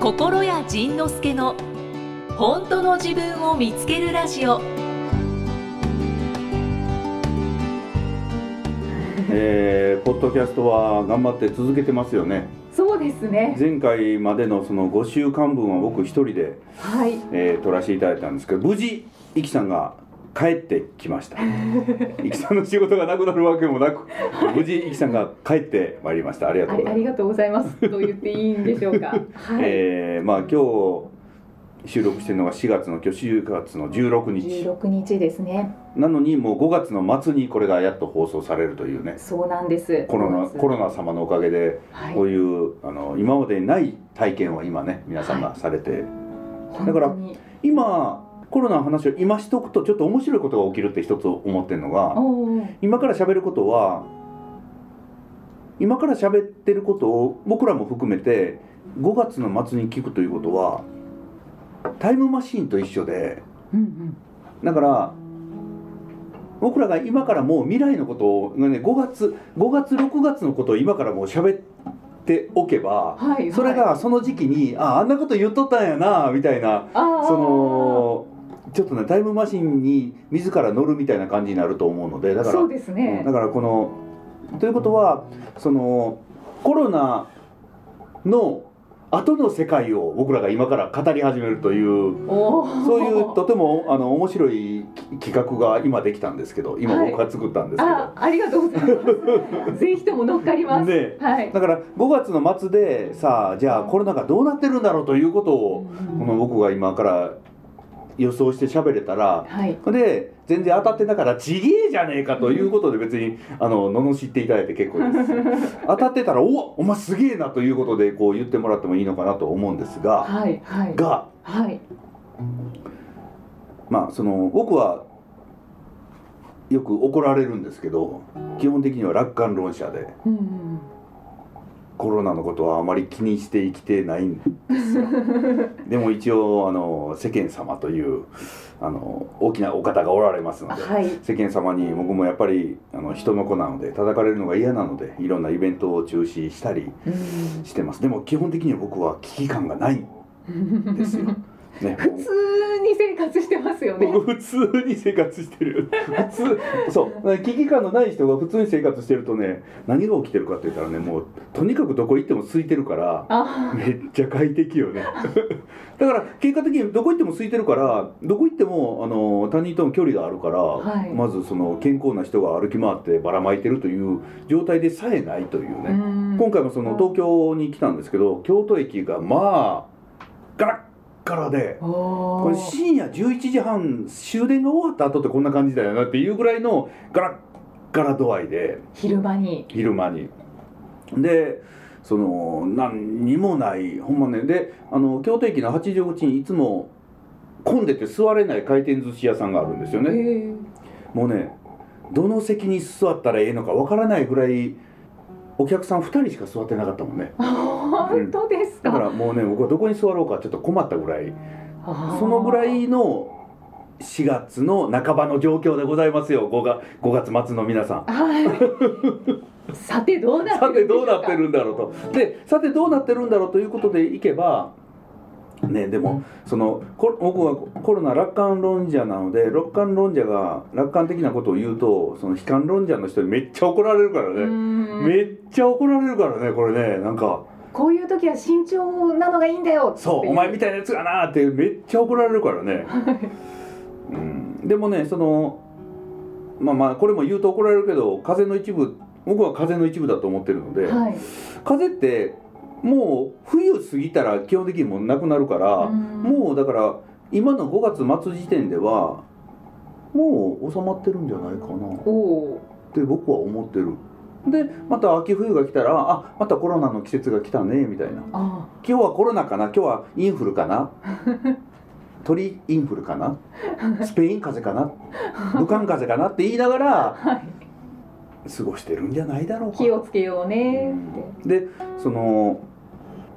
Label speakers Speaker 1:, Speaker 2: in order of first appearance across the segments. Speaker 1: 心谷仁之助の本当の自分を見つけるラジオ
Speaker 2: えーポッドキャストは頑張って続けてますよね
Speaker 3: そうですね。
Speaker 2: 前回までのその5週間分は僕一人で、
Speaker 3: はい。
Speaker 2: えー撮らせていただいたんですけど無事イキさんが帰ってきました イキさんの仕事がなくなるわけもなく無事イキさんが帰ってまいりましたありがと
Speaker 3: あ
Speaker 2: うご
Speaker 3: り
Speaker 2: ざ
Speaker 3: あ
Speaker 2: い
Speaker 3: り
Speaker 2: ます
Speaker 3: がとうございますと言っていいんでしょ うか。はい。
Speaker 2: えーまあ今日収録してるのが4月の今日4月の16
Speaker 3: 十
Speaker 2: 日
Speaker 3: 六日ですね。
Speaker 2: なのにもう5月の末にこれがやっと放送されるというね
Speaker 3: そうなんです。
Speaker 2: コロナコロナ様のおかげで
Speaker 3: はい。
Speaker 2: こういうあの今までにない体験を今ね皆さんがされて、だから
Speaker 3: 本当に
Speaker 2: 今コロナの話を今しとくとちょっと面白いことが起きるって一つ思ってるのが
Speaker 3: おー
Speaker 2: 今から喋ることは今から喋ってることを僕らも含めて5月の末に聞くということはタイムマシーンと一緒で
Speaker 3: うん
Speaker 2: だから僕らが今からもう未来のことを、ね、5月5月6月のことを今からもう喋っておけば
Speaker 3: うん。はい。
Speaker 2: それ
Speaker 3: はい、
Speaker 2: がその時期にああんなこと言っとったんやなみたいな
Speaker 3: あー
Speaker 2: そのちょっとねタイムマシンに自ら乗るみたいな感じになると思うのでだから
Speaker 3: そうです
Speaker 2: うん
Speaker 3: ね
Speaker 2: だ。からこのということはそのコロナの後の世界を僕らが今から語り始めるという
Speaker 3: おお。
Speaker 2: そういうとてもあの面白いき企画が今できたんですけど今
Speaker 3: はい
Speaker 2: 僕が作ったんですけど。
Speaker 3: あありがとうござい ます。ぜひとも乗っかります。
Speaker 2: ね
Speaker 3: はい。
Speaker 2: だから5月の末でさあじゃあコロナがどうなってるんだろうということをこの僕が今から予想して喋れたら
Speaker 3: はい。
Speaker 2: で全然当たってなからちげえじゃねえかということで別にあの罵っていただいて結構です 当たってたら「おお前すげえな」ということでこう言ってもらってもいいのかなと思うんですが
Speaker 3: はいはい
Speaker 2: が
Speaker 3: はい
Speaker 2: まあその僕はよく怒られるんですけど基本的には楽観論者で
Speaker 3: うんうん
Speaker 2: コロナのことはあまり気にして生きてないんですよでも一応あの世間様というあの大きなお方がおられますので
Speaker 3: はい
Speaker 2: 世間様に僕もやっぱりあの人の子なので叩かれるのが嫌なのでいろんなイベントを中止したりしてますでも基本的には僕は危機感がないん
Speaker 3: うん
Speaker 2: ですよ、ね、
Speaker 3: 普通に生活してますよね。
Speaker 2: 僕普通に生活してる普通そう危機感のない人が普通に生活してるとね何が起きてるかって言ったらねもうとにかくどこ行っても空いてるから
Speaker 3: あ
Speaker 2: めっちゃ快適よね だから結果的にどこ行っても空いてるからどこ行ってもあの他人との距離があるから、
Speaker 3: はい
Speaker 2: まずその健康な人が歩き回ってばらまいてるという状態でさえないという
Speaker 3: あ。
Speaker 2: ね、今回もその東京に来たんですけど京都駅がまあガラッガラで。こ
Speaker 3: こ
Speaker 2: れ深夜11時半終電が終わった後ってこんな感じだよなっていうぐらいのガラッガラ度合いで
Speaker 3: 昼間に。
Speaker 2: 昼間にでその何にもないほんまねであの京都駅の八丈口にいつも混んでて座れない回転寿司屋さんがあるんですよ
Speaker 3: え
Speaker 2: ね
Speaker 3: え
Speaker 2: もうねどの席に座ったらええのかわからないぐらいお客さん2人しか座ってなかったもんね
Speaker 3: 本当です
Speaker 2: だ
Speaker 3: か。
Speaker 2: からもうね僕はどこに座ろうかちょっと困ったぐらいそのぐらいの4月の半ばの状況でございますよ5月 ,5 月末の皆さん
Speaker 3: あー。はい。 さてどうなって
Speaker 2: さ
Speaker 3: る
Speaker 2: て
Speaker 3: んで
Speaker 2: ど
Speaker 3: しょう
Speaker 2: う
Speaker 3: か
Speaker 2: なって。るんだろうとでさてどうなってるんだろうということでいけばねでもそのこ僕はコロナ楽観論者なので楽観論者が楽観的なことを言うとその悲観論者の人にめっちゃ怒られるから
Speaker 3: う
Speaker 2: ね
Speaker 3: ん
Speaker 2: めっちゃ怒られるからねこれねなんか
Speaker 3: こういう時は慎重なのがいいんだよってい。
Speaker 2: そうお前みたいなやつがなーってめっちゃ怒られるから ね、うん、でもねそのまあまあこれも言うと怒られるけど風の一部僕は風の一部だと思ってるので、
Speaker 3: はい。
Speaker 2: 風邪ってもう冬過ぎたら基本的にもうなくなるから、
Speaker 3: も
Speaker 2: もうだから今の5月末時点ではもう収まってるんじゃないかなっ
Speaker 3: うん。お
Speaker 2: て僕は思ってるでまた秋冬が来たらあまたコロナの季節が来たねみたいな
Speaker 3: お。あ
Speaker 2: 今日はコロナかな今日はインフルか な鳥インフルかなスペイン風邪かな武漢風邪かなって言いながら
Speaker 3: ー。はい。
Speaker 2: 過ごしてるんじゃないだろうかな
Speaker 3: 気をつけようねって。
Speaker 2: でその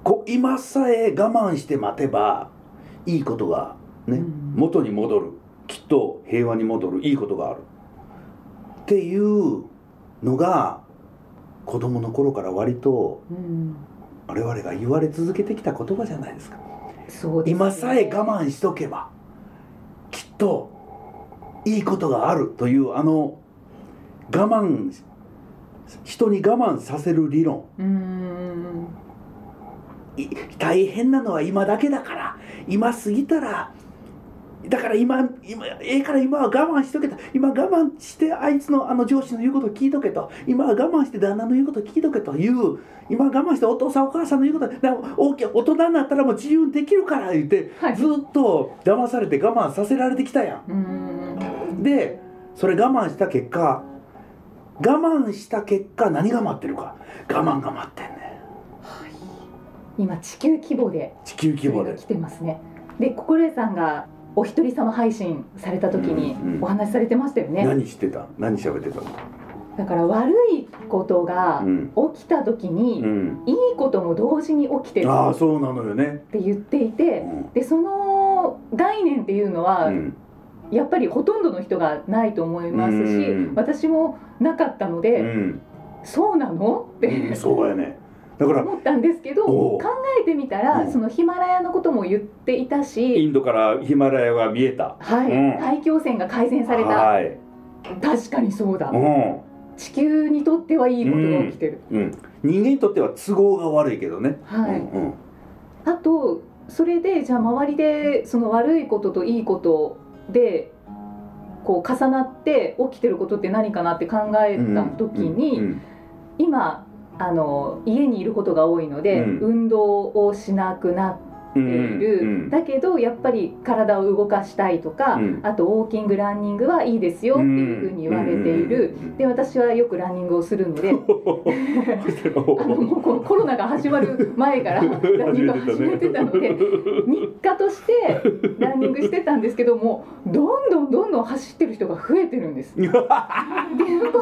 Speaker 2: こ今さえ我慢して待てばいいことがね、
Speaker 3: うん
Speaker 2: 元に戻るきっと平和に戻るいいことがあるっていうのが子供の頃から割と
Speaker 3: うん。
Speaker 2: 我々が言われ続けてきた言葉じゃないですか
Speaker 3: そうですね
Speaker 2: 今さえ我慢しとけばきっといいことがあるというあの我慢人に我慢させる理論
Speaker 3: うーん
Speaker 2: い大変なのは今だけだから今過ぎたらだから今今ええから今は我慢しとけと今我慢してあいつのあの上司の言うこと聞いとけと今は我慢して旦那の言うこと聞いとけという今は我慢してお父さんお母さんの言うことな大きい大人になったらもう自由にできるから言って
Speaker 3: はい
Speaker 2: ずっと騙されて我慢させられてきたやん。
Speaker 3: うーん
Speaker 2: でそれ我慢した結果我慢した結果何が待ってるか我慢が待ってんねん
Speaker 3: 今地球規模で
Speaker 2: 地球規模
Speaker 3: それ
Speaker 2: で
Speaker 3: が来てますねで心得さんがお一人様配信された時に
Speaker 2: うんうん
Speaker 3: お話しされてましたよね、
Speaker 2: 何してた何喋ってたの
Speaker 3: だから悪いことが
Speaker 2: うん
Speaker 3: 起きた時に、
Speaker 2: うん
Speaker 3: いいことも同時に起きてる
Speaker 2: ああ
Speaker 3: っ
Speaker 2: そうなのよね
Speaker 3: て言っていうて
Speaker 2: ん
Speaker 3: でその概念っていうのは、
Speaker 2: うん
Speaker 3: やっぱりほとんどの人がないと思いますし
Speaker 2: うん
Speaker 3: 私もなかったので、
Speaker 2: うん
Speaker 3: そうなのって、
Speaker 2: うんそうやねだから
Speaker 3: 思ったんですけど
Speaker 2: おう
Speaker 3: 考えてみたら、
Speaker 2: うん
Speaker 3: そのヒマラヤのことも言っていたし、
Speaker 2: インドからヒマラヤが見えた
Speaker 3: はい
Speaker 2: うん
Speaker 3: 大気汚染が改善された
Speaker 2: はい
Speaker 3: 確かにそうだ、
Speaker 2: う
Speaker 3: 地球にとってはいいことが起きてる、
Speaker 2: んうん人間にとっては都合が悪いけどね
Speaker 3: は
Speaker 2: う
Speaker 3: い
Speaker 2: んうん
Speaker 3: あとそれでじゃあ周りでその悪いことといいことでこう重なって起きてることって何かなって考えた時に、
Speaker 2: うん
Speaker 3: 今あの家にいることが多いので、
Speaker 2: うん
Speaker 3: 運動をしなくなっ
Speaker 2: う
Speaker 3: てい
Speaker 2: ん
Speaker 3: る、
Speaker 2: うん
Speaker 3: だけどやっぱり体を動かしたいとか、
Speaker 2: うん
Speaker 3: あとウォーキングランニングはいいですよっていうふうに言われてい
Speaker 2: うんう
Speaker 3: る、
Speaker 2: んうんうん
Speaker 3: で私はよくランニングをするの であのもうこのコロナが始まる前からランニングを始めてたので日課としてランニングしてたんですけどもどんどんどんどん走ってる人が増えてるんです。っていうこ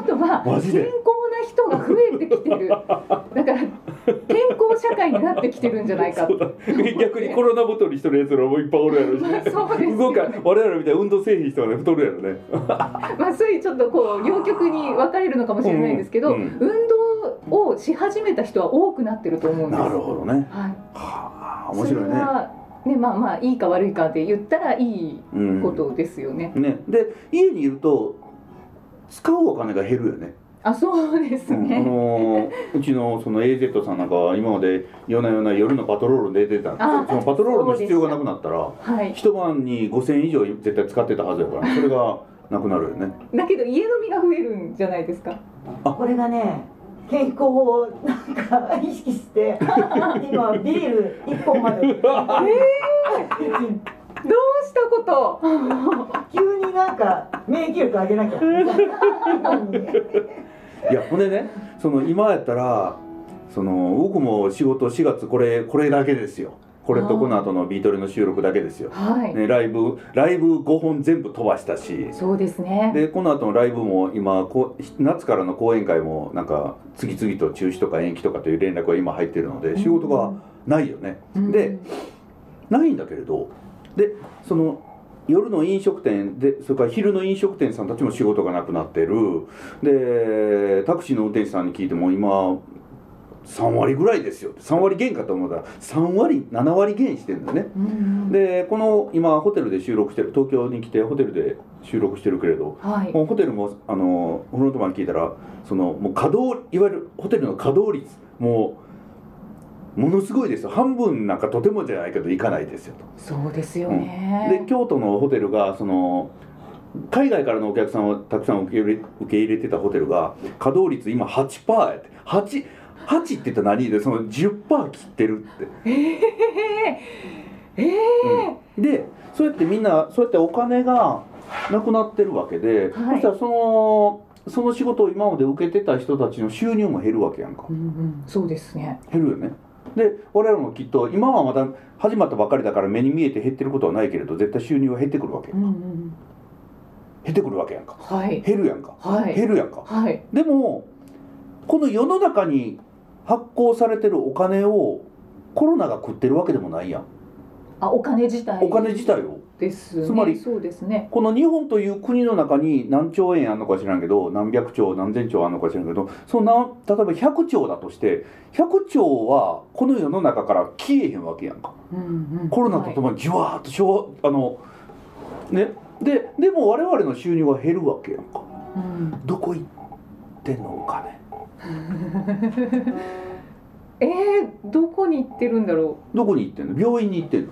Speaker 3: とは健
Speaker 2: マジ
Speaker 3: 康
Speaker 2: で
Speaker 3: な人が増えてきてるだから健康社会になってきてるんじゃないか
Speaker 2: そ
Speaker 3: と
Speaker 2: うだ逆にコロナ太りしてるやつらもいっぱいおるやろうし
Speaker 3: まあそうです
Speaker 2: 動
Speaker 3: よ
Speaker 2: か
Speaker 3: ね、
Speaker 2: 我々みたいな運動製品したら太るやろね。
Speaker 3: まあ、そういうちょっとこう両極に分かれるのかもしれないですけど、
Speaker 2: うんうん
Speaker 3: 運動をし始めた人は多くなってると思うんです。
Speaker 2: なるほどね。
Speaker 3: はい、
Speaker 2: はあ、面白い
Speaker 3: それ
Speaker 2: ね。
Speaker 3: はねまあまあいいか悪いかって言ったらいい
Speaker 2: うん
Speaker 3: ことですよね。
Speaker 2: ね、で、家にいると。使うお金が減るよね。
Speaker 3: あそうです
Speaker 2: うんあ
Speaker 3: ね。
Speaker 2: のーうちのその AZ さんなんかは今まで夜な夜な夜のパトロールで出てたんですけ
Speaker 3: あ
Speaker 2: どそのパトロールの必要がなくなったら
Speaker 3: はい。
Speaker 2: 一晩に5,000以上絶対使ってたはずやからそれがなくなるよね。
Speaker 3: だけど家飲みが増えるんじゃないですか。
Speaker 4: これがね健康をなんか意識して 今ビール一本ま
Speaker 3: ど
Speaker 4: で
Speaker 3: うしたこと。
Speaker 4: 急になんか免疫力上げなきゃ
Speaker 2: いやほんでねその今やったらその僕も仕事4月これこれだけですよこれとこの後のビートルの収録だけですよ、
Speaker 3: はい。
Speaker 2: ね、ライブライブ5本全部飛ばしたし
Speaker 3: そうですね。
Speaker 2: でこの後のライブも今こう夏からの講演会もなんか次々と中止とか延期とかという連絡が今入ってるの で仕事がないよね、
Speaker 3: うん
Speaker 2: でないんだけれどでその夜の飲食店でそれから昼の飲食店さんたちも仕事がなくなってるでタクシーの運転手さんに聞いても今3割ぐらいですよ3割減かと思ったら3割7割減してるんだよね
Speaker 3: うん
Speaker 2: でこの今ホテルで収録してる東京に来てホテルで収録してるけれど
Speaker 3: はい。
Speaker 2: もうホテルもあのフロントマンに聞いたらそのもう稼働いわゆるホテルの稼働率もうものすごいですよ半分なんかとてもじゃないけど行かないですよと。
Speaker 3: そうですよ
Speaker 2: で
Speaker 3: ね。
Speaker 2: 京都のホテルがその海外からのお客さんをたくさん受け入れ受け入れてたホテルが稼働率今8%やって 8, 8って言ったら何でその10%切ってるって。
Speaker 3: ええ
Speaker 2: うんでそうやってみんなそうやってお金がなくなってるわけで、
Speaker 3: はい
Speaker 2: そしたらそのその仕事を今まで受けてた人たちの収入も減るわけやんか
Speaker 3: うんうん、そうですね。
Speaker 2: 減るよねで我々もきっと今はまだ始まったばかりだから目に見えて減ってることはないけれど絶対収入は減ってくるわけ
Speaker 3: うんうん、
Speaker 2: 減ってくるわけやんか
Speaker 3: はい。
Speaker 2: 減るやんか
Speaker 3: はい。
Speaker 2: 減るやんか
Speaker 3: はい。
Speaker 2: でもこの世の中に発行されてるお金をコロナが食ってるわけでもないやん
Speaker 3: あ、お金自体。
Speaker 2: お金自体を
Speaker 3: ですね。
Speaker 2: つまり
Speaker 3: そうですね。
Speaker 2: この日本という国の中に何兆円あるのか知らんけど何百兆何千兆あるのか知らんけどそんな例えば100兆だとして100兆はこの世の中から消えへんわけやんか
Speaker 3: うんうん
Speaker 2: コロナとともにじわーっとしょうあのねででも我々の収入は減るわけやんか
Speaker 3: うん
Speaker 2: どこ行ってんのお金
Speaker 3: えー、どこに行ってるんだろ
Speaker 2: どこに行ってんの病院に行ってんの
Speaker 3: う。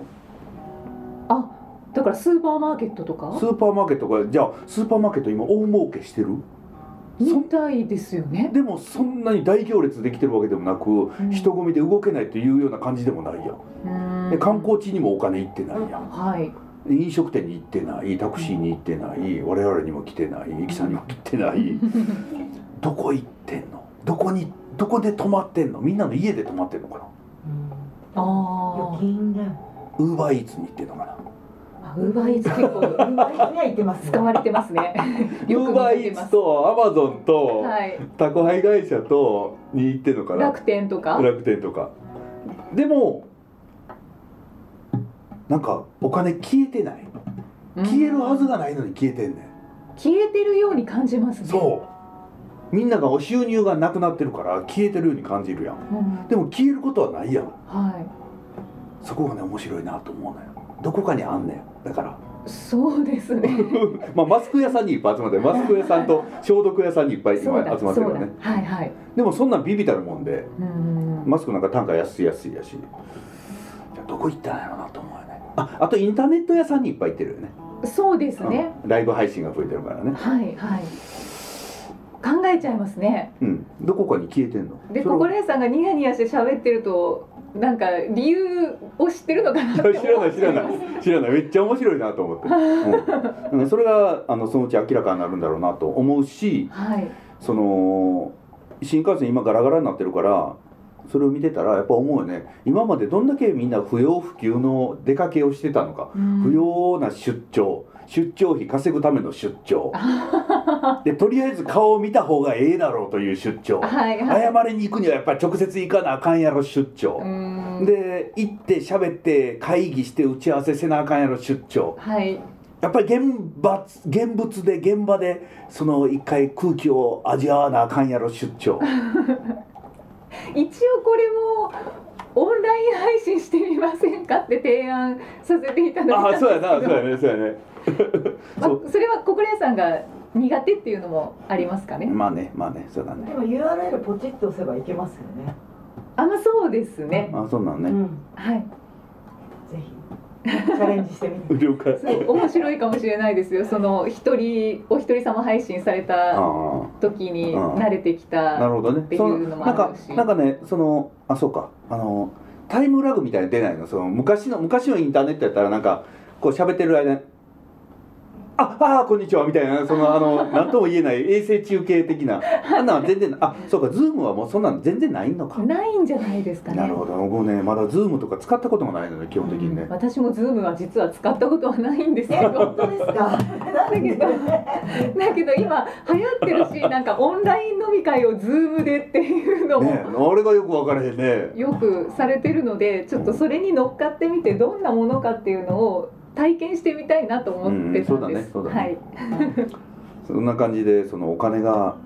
Speaker 3: あ、だからスーパーマーケットとか
Speaker 2: スーパーマーケットがじゃあスーパーマーケット今大儲けしてるそ
Speaker 3: みたいですよね。
Speaker 2: でもそんなに大行列できてるわけでもなく人混みで動けないというような感じでもないやん
Speaker 3: うん
Speaker 2: で観光地にもお金行ってないやん
Speaker 3: はい。
Speaker 2: 飲食店に行ってないタクシーに行ってない我々にも来てないゆきさんにも来て ないどこ行ってんのどこにどこで泊まってんのみんなの家で泊まってんのかな
Speaker 3: あ
Speaker 4: 預金だよ。
Speaker 2: ウーバーイーツに行ってんのかな
Speaker 3: あ、ウーバーイーツ結
Speaker 4: う
Speaker 3: 構
Speaker 4: まい人には言って ます。
Speaker 3: 使われてます ね。
Speaker 2: ウ
Speaker 3: よく
Speaker 2: ーバー
Speaker 3: 見
Speaker 2: イ
Speaker 3: て
Speaker 2: ー
Speaker 3: ま
Speaker 2: ツ
Speaker 3: す。
Speaker 2: とアマゾンと
Speaker 3: はい。
Speaker 2: 宅配会社とに行ってんのかな
Speaker 3: 楽天とか。
Speaker 2: 楽天とかでもなんかお金消えてない消えるはず
Speaker 3: うん。
Speaker 2: がないのに消えてんねん
Speaker 3: 消えてるように感じますね。
Speaker 2: そうみんながお収入がなくなってるから消えてるように感じるやん
Speaker 3: うん。
Speaker 2: でも消えることはないやん
Speaker 3: はい。
Speaker 2: そこがね面白いなと思うのよどこかにあんねんだから、
Speaker 3: そうですね。
Speaker 2: まあ、マスク屋さんにいっぱい集まってマスク屋さんと消毒屋さんにいっぱい
Speaker 3: そう
Speaker 2: 今
Speaker 3: だ、
Speaker 2: 集まってる
Speaker 3: そう
Speaker 2: よ
Speaker 3: だ
Speaker 2: ね。
Speaker 3: はいはい。
Speaker 2: でもそんなんビビたるもんで
Speaker 3: うん。
Speaker 2: マスクなんか単価安い安いやしいやどこ行ったんやろなと思うよねああとインターネット屋さんにいっぱい行ってるよね
Speaker 3: そうですね。
Speaker 2: うんライブ配信が増えてるからね
Speaker 3: はいはい。考えちゃいますね。
Speaker 2: うんどこかに消えてんの
Speaker 3: で、
Speaker 2: それ
Speaker 3: こ
Speaker 2: は
Speaker 3: こレイさんがニヤニヤして喋ってると、なんか理由を知ってるのかなって思 う。
Speaker 2: 知らない知らない知らないめっちゃ面白いなと思って、うんうん、それがあのそのうち明らかになるんだろうなと思うし
Speaker 3: はい。
Speaker 2: その新幹線今ガラガラになってるからそれを見てたらやっぱ思うよね今までどんだけみんな不要不急の出かけをしてたのか不要な出張出張費稼ぐための出 張でとりあえず顔を見た方がええだろうという出張
Speaker 3: はいはい。
Speaker 2: 謝りに行くにはやっぱり直接行かなあかんやろ出張
Speaker 3: うん。
Speaker 2: で行って喋って会議して打ち合わせせなあかんやろ出張
Speaker 3: はい。
Speaker 2: やっぱり現場現物で現場でその一回空気を味わわなあかんやろ出 張
Speaker 3: 一応これも。オンライン配信してみませんかって提案させていただいたんですけ
Speaker 2: ねそう
Speaker 3: ど。
Speaker 2: やね
Speaker 3: まあそれは国連さんが苦手っていうのもありますかね。
Speaker 2: まあねまあねそうだね
Speaker 4: でも URL ポチッと押せばいけますよね。
Speaker 3: あ、まあ、そうですね。
Speaker 2: あそうなん
Speaker 4: う
Speaker 2: ね、
Speaker 4: ん、
Speaker 3: はい。
Speaker 4: ぜひチャレンジしてみて。
Speaker 2: 了解
Speaker 3: そう面白いかもしれないですよ。その一人お一人様配信され
Speaker 2: あ
Speaker 3: た
Speaker 2: あ
Speaker 3: 時に
Speaker 2: ああ
Speaker 3: 慣れてき
Speaker 2: な
Speaker 3: た。
Speaker 2: るほどね。
Speaker 3: ていうのも
Speaker 2: その
Speaker 3: あるし
Speaker 2: なんかなんかねそのあそうかあのタイムラグみたいなの出ないのその昔の昔のインターネットやったらなんかこう喋ってる間にああーこんにちはみたいなそのあの なんとも言えない衛星中継的なあんなんは全然あそうかズームはもうそんなの全然ないのか。
Speaker 3: ないんじゃないですかね。
Speaker 2: なるほど僕ねまだズームとか使ったこともないので基本的に
Speaker 3: う
Speaker 2: ね
Speaker 3: ん。私もズームは実は使ったことはないんですけ
Speaker 4: え、 本
Speaker 3: ど。
Speaker 4: 当ですか。なんで
Speaker 3: だけど今流行ってるし、なんかオンライン飲み会をズームでっていうの
Speaker 2: ね
Speaker 3: も。
Speaker 2: あれがよく分からへんね。
Speaker 3: よくされてるので、ちょっとそれに乗っかってみて、どんなものかっていうのを体験してみたいなと思ってたん
Speaker 2: うんう
Speaker 3: です。
Speaker 2: んそうだねそうだね
Speaker 3: はい。
Speaker 2: そんな感じでそのお金が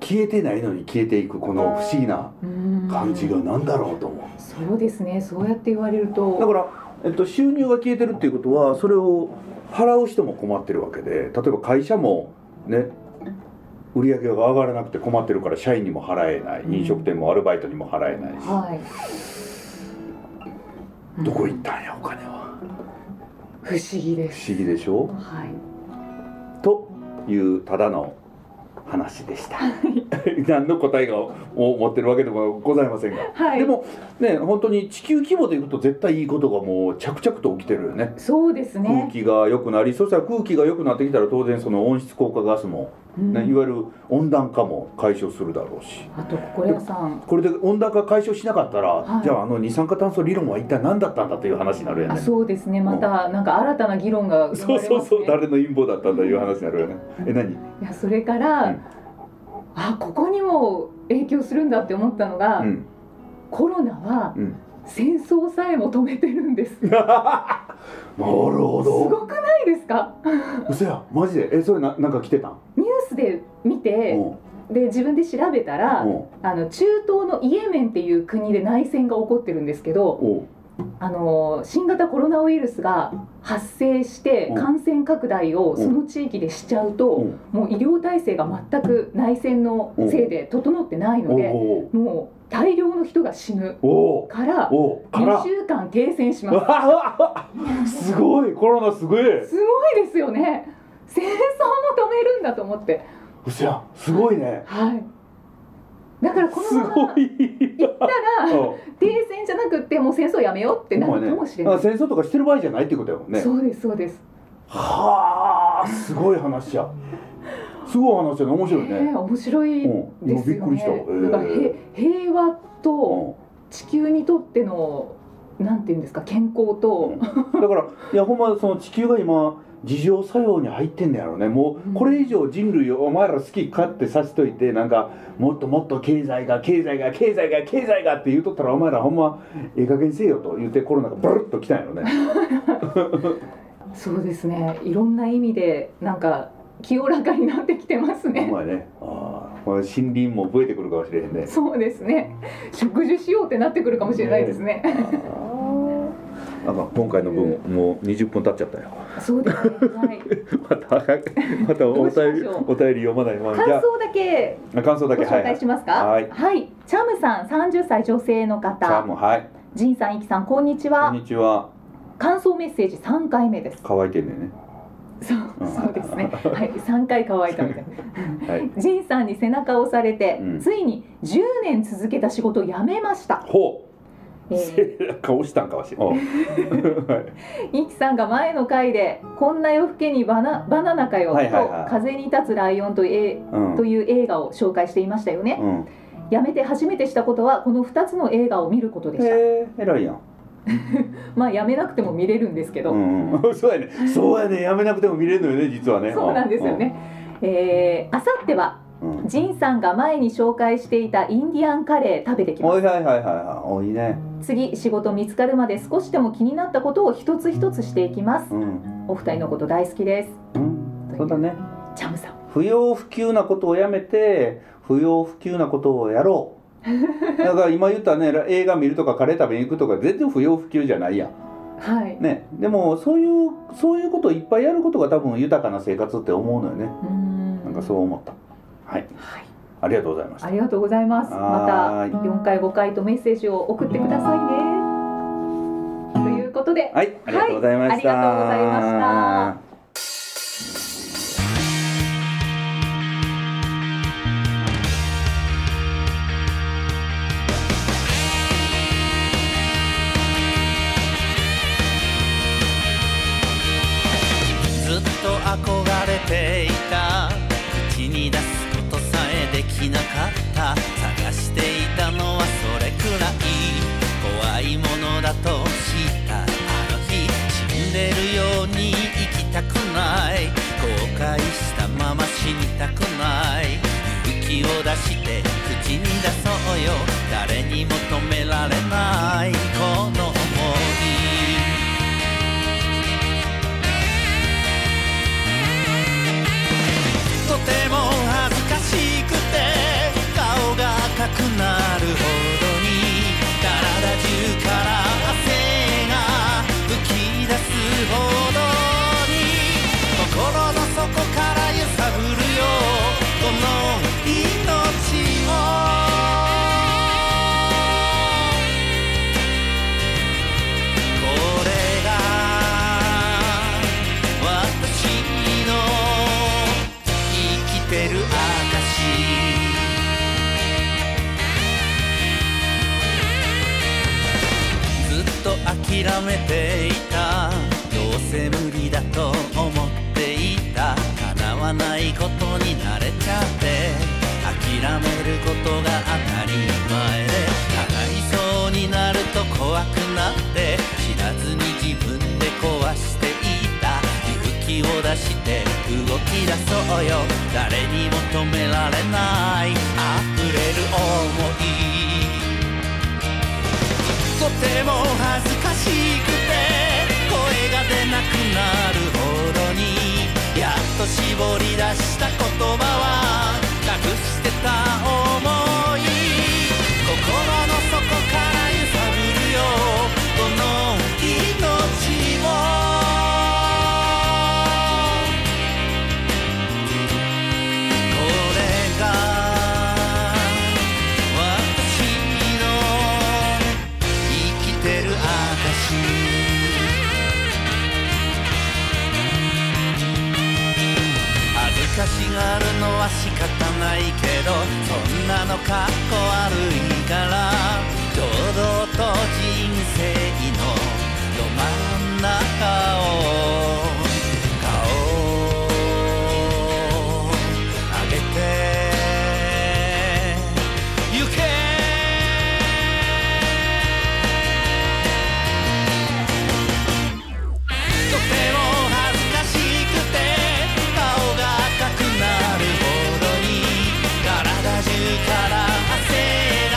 Speaker 2: 消えてないのに消えていくこの不思議な
Speaker 3: うん
Speaker 2: 感じがなんだろうと思う。
Speaker 3: そうですね。そうやって言われる
Speaker 2: だ
Speaker 3: と。
Speaker 2: から、えっと、収入が消えてるっていうことはそれを払う人も困ってるわけで例えば会社もね売り上げが上がらなくて困ってるから社員にも払えない
Speaker 3: うん
Speaker 2: 飲食店もアルバイトにも払えないし、
Speaker 3: はい。
Speaker 2: どこ行ったんやお金は
Speaker 3: 不思議で
Speaker 2: 不
Speaker 3: す。
Speaker 2: 思議でしょ
Speaker 3: はい。
Speaker 2: というただの話でした 何の答えがを持ってるわけでもございませんが、
Speaker 3: はい。
Speaker 2: でもね本当に地球規模でいくと絶対いいことがもう着々と起きてるよね
Speaker 3: そうです
Speaker 2: 空
Speaker 3: ね。
Speaker 2: 気が良くなりそしたら空気が良くなってきたら当然その温室効果ガスも、
Speaker 3: うん
Speaker 2: ねいわゆる温暖化も解消するだろうし
Speaker 3: あとこれさん。
Speaker 2: これで温暖化解消しなかったら、
Speaker 3: はい
Speaker 2: じゃああの二酸化炭素理論は一体何だったんだという話になるよ
Speaker 3: あ、
Speaker 2: ね。
Speaker 3: そうですね。またなんか新たな議論が生まれ
Speaker 2: そう
Speaker 3: ますね。
Speaker 2: そうそう誰の陰謀だったんだという話になるよね。え何
Speaker 3: いやそれから、
Speaker 2: うん
Speaker 3: あここにも影響するんだって思ったのが、
Speaker 2: うん
Speaker 3: コロナは
Speaker 2: うん
Speaker 3: 戦争さえも止めてるんです。
Speaker 2: なるほ
Speaker 3: す
Speaker 2: ど
Speaker 3: ごくないですか
Speaker 2: 嘘やマジでえそれななんか来てたん
Speaker 3: ニュースで見て
Speaker 2: うん
Speaker 3: で自分で調べたら
Speaker 2: うん
Speaker 3: あの中東のイエメンっていう国で内戦が起こってるんですけど
Speaker 2: おう
Speaker 3: あの新型コロナウイルスが発生して
Speaker 2: うん
Speaker 3: 感染拡大をその地域でしちゃう
Speaker 2: う
Speaker 3: と
Speaker 2: ん
Speaker 3: もう医療体制が全く内戦のせいで整ってないの
Speaker 2: お
Speaker 3: で
Speaker 2: う
Speaker 3: もう大量の人が死ぬ
Speaker 2: おうおう
Speaker 3: から
Speaker 2: おうか
Speaker 3: 2
Speaker 2: ら
Speaker 3: 週間停戦します
Speaker 2: わあ すごいコロナすごい
Speaker 3: すごいですよね戦争も止めるんだと思って
Speaker 2: 嘘やすごいね
Speaker 3: はいだからこ
Speaker 2: す
Speaker 3: のま
Speaker 2: ご
Speaker 3: ま
Speaker 2: い
Speaker 3: 行ったら
Speaker 2: うん
Speaker 3: 停戦じゃなくってもう戦争やめようってな
Speaker 2: ほんま
Speaker 3: る
Speaker 2: や
Speaker 3: か
Speaker 2: ね
Speaker 3: もしれ
Speaker 2: だ
Speaker 3: な
Speaker 2: か
Speaker 3: い、
Speaker 2: ら戦争とかしてる場合じゃないってことやもんね
Speaker 3: そうですそうです、
Speaker 2: はあすごい話やすごい話やね面白い
Speaker 3: え
Speaker 2: ね、
Speaker 3: ー面白い
Speaker 2: うんい
Speaker 3: で
Speaker 2: や
Speaker 3: す
Speaker 2: びっ
Speaker 3: よ
Speaker 2: くり
Speaker 3: ね
Speaker 2: した、
Speaker 3: だからへ平和
Speaker 2: う
Speaker 3: と
Speaker 2: ん
Speaker 3: 地球にとってのなんていうんですか健康と、
Speaker 2: だからいやほんまその地球が今自浄作用に入ってんだやろうねも
Speaker 3: う
Speaker 2: うんこれ以上人類をお前ら好き勝手させといてなんかもっともっと経済が経済が経済が経済がって言うとったらお前らほんまええ加減にせよと言ってコロナがブルッと来たんやろね
Speaker 3: そうですねいろんな意味でなんか清らかになってきてます
Speaker 2: ほん
Speaker 3: ね
Speaker 2: まやねああこれ森林も増えてくるかもしれへんね
Speaker 3: そうですね植樹しようってなってくるかもしれないですね
Speaker 2: あああかん今回の分もう20分経っちゃったよ
Speaker 3: そうですね、 はい、
Speaker 2: またまたお
Speaker 3: どうしま
Speaker 2: 便り
Speaker 3: しょう
Speaker 2: お便り読まないまま
Speaker 3: 感
Speaker 2: じゃ
Speaker 3: 想だけ
Speaker 2: あ感想だ
Speaker 3: ご
Speaker 2: けは
Speaker 3: 紹
Speaker 2: いは
Speaker 3: 介
Speaker 2: い
Speaker 3: しますか
Speaker 2: はい
Speaker 3: チャムさん30歳女性の
Speaker 2: じゃあ
Speaker 3: 方
Speaker 2: もうはい
Speaker 3: ジンさんイキさんこんにち
Speaker 2: こん
Speaker 3: は
Speaker 2: にちは
Speaker 3: 感想メッセージ3回目です
Speaker 2: 乾いてんだよね
Speaker 3: そう
Speaker 2: うん
Speaker 3: そうですね はい3回乾いたみたい
Speaker 2: はい
Speaker 3: なジンさんに背中を押されて、
Speaker 2: うん
Speaker 3: ついに10年続けた仕事を辞めました、
Speaker 2: ほう、
Speaker 3: えー、
Speaker 2: 背中押したんかわしおう はい
Speaker 3: イキさんが前の回でこんな夜更けにバナバナナかよと、
Speaker 2: はいはいはい
Speaker 3: 風に立つライオンと,、え
Speaker 2: うん
Speaker 3: という映画を紹介していましたよね、
Speaker 2: うん
Speaker 3: やめて初めてしたことはこの2つの映画を見ることでした、
Speaker 2: へえ偉いやん
Speaker 3: まあやめなくても見れるんですけど、
Speaker 2: うんうん そうやねそうやねやめなくても見れるのよね実はね
Speaker 3: そうなんですよね、えー、あさっては
Speaker 2: うんうん
Speaker 3: ジンさんが前に紹介していたインディアンカレー食べてきま
Speaker 2: お
Speaker 3: す
Speaker 2: いはいはいはいはいおいいね
Speaker 3: 次仕事見つかるまで少しでも気になったことを一つ一つしていきます
Speaker 2: うん、
Speaker 3: お二人のこと大好きです
Speaker 2: うん、そうだね
Speaker 3: チャムさん
Speaker 2: 不要不急なことをやめて不要不急なことをやろう だから今言ったね映画見るとかカレー食べに行くとか全然不要不急じゃないやん
Speaker 3: はい、
Speaker 2: ねでもそういうそういうことをいっぱいやることが多分豊かな生活って思うのよね
Speaker 3: うーん
Speaker 2: なんかそう思ったはい
Speaker 3: はい
Speaker 2: ありがとうございました
Speaker 3: ありがとうございます
Speaker 2: は
Speaker 3: ま
Speaker 2: ーい
Speaker 3: た4回5回とメッセージを送ってくださいねということで
Speaker 2: はい、ありがとうございました。
Speaker 3: はいありがとうございました
Speaker 5: ずっと憧れていた口に出すことさえできなかった探していたのはそれくらい怖いものだと知ったあの日死んでるように生きたくない後悔したまま死にたくない勇気を出して口に出そうよ誰にも止められないこの想いとても恥ずかしくて顔が赤くなるほどに体中から汗が浮き出すほどに心の底から揺さぶるよこの命をこれが私の生きてる証ずっと諦めていたどうせ無理だと思っていた叶わないことに慣れちゃって諦めることが当たり前で叶いそうになると怖くなって知らずに自分で壊していた勇気を出して動き出そうよ誰にも止められない溢れる想いとても恥ずかしくて声がと絞り出した言葉はなくしてた思い心の底から揺さぶるよこの命をこれが私の生きてる証恥ずかしがるのは仕方ないけどそんなのかっこ悪いから堂々と人生のど真ん中を顔を上げてゆけとても恥ずかしくて顔が赤くなるほどに体中から汗が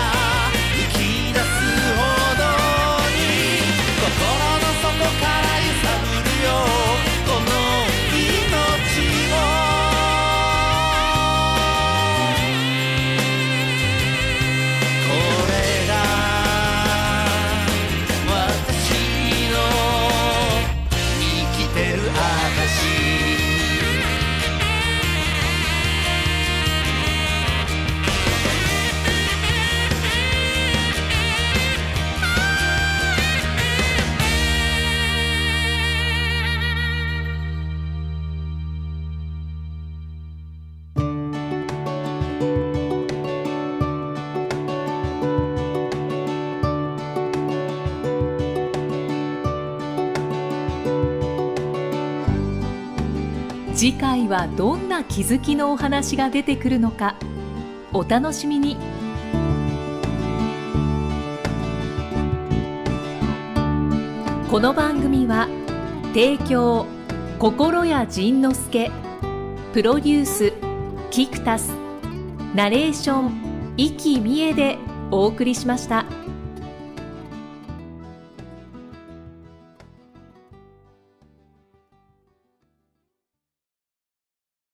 Speaker 5: 浮き出すほどに心の底から揺さぶるよこの命をこれが私の生きてる証
Speaker 1: 次回はどんな気づきのお話が出てくるのかお楽しみにこの番組は提供心谷仁之助プロデュースキクタスナレーション生きみえでお送りしました。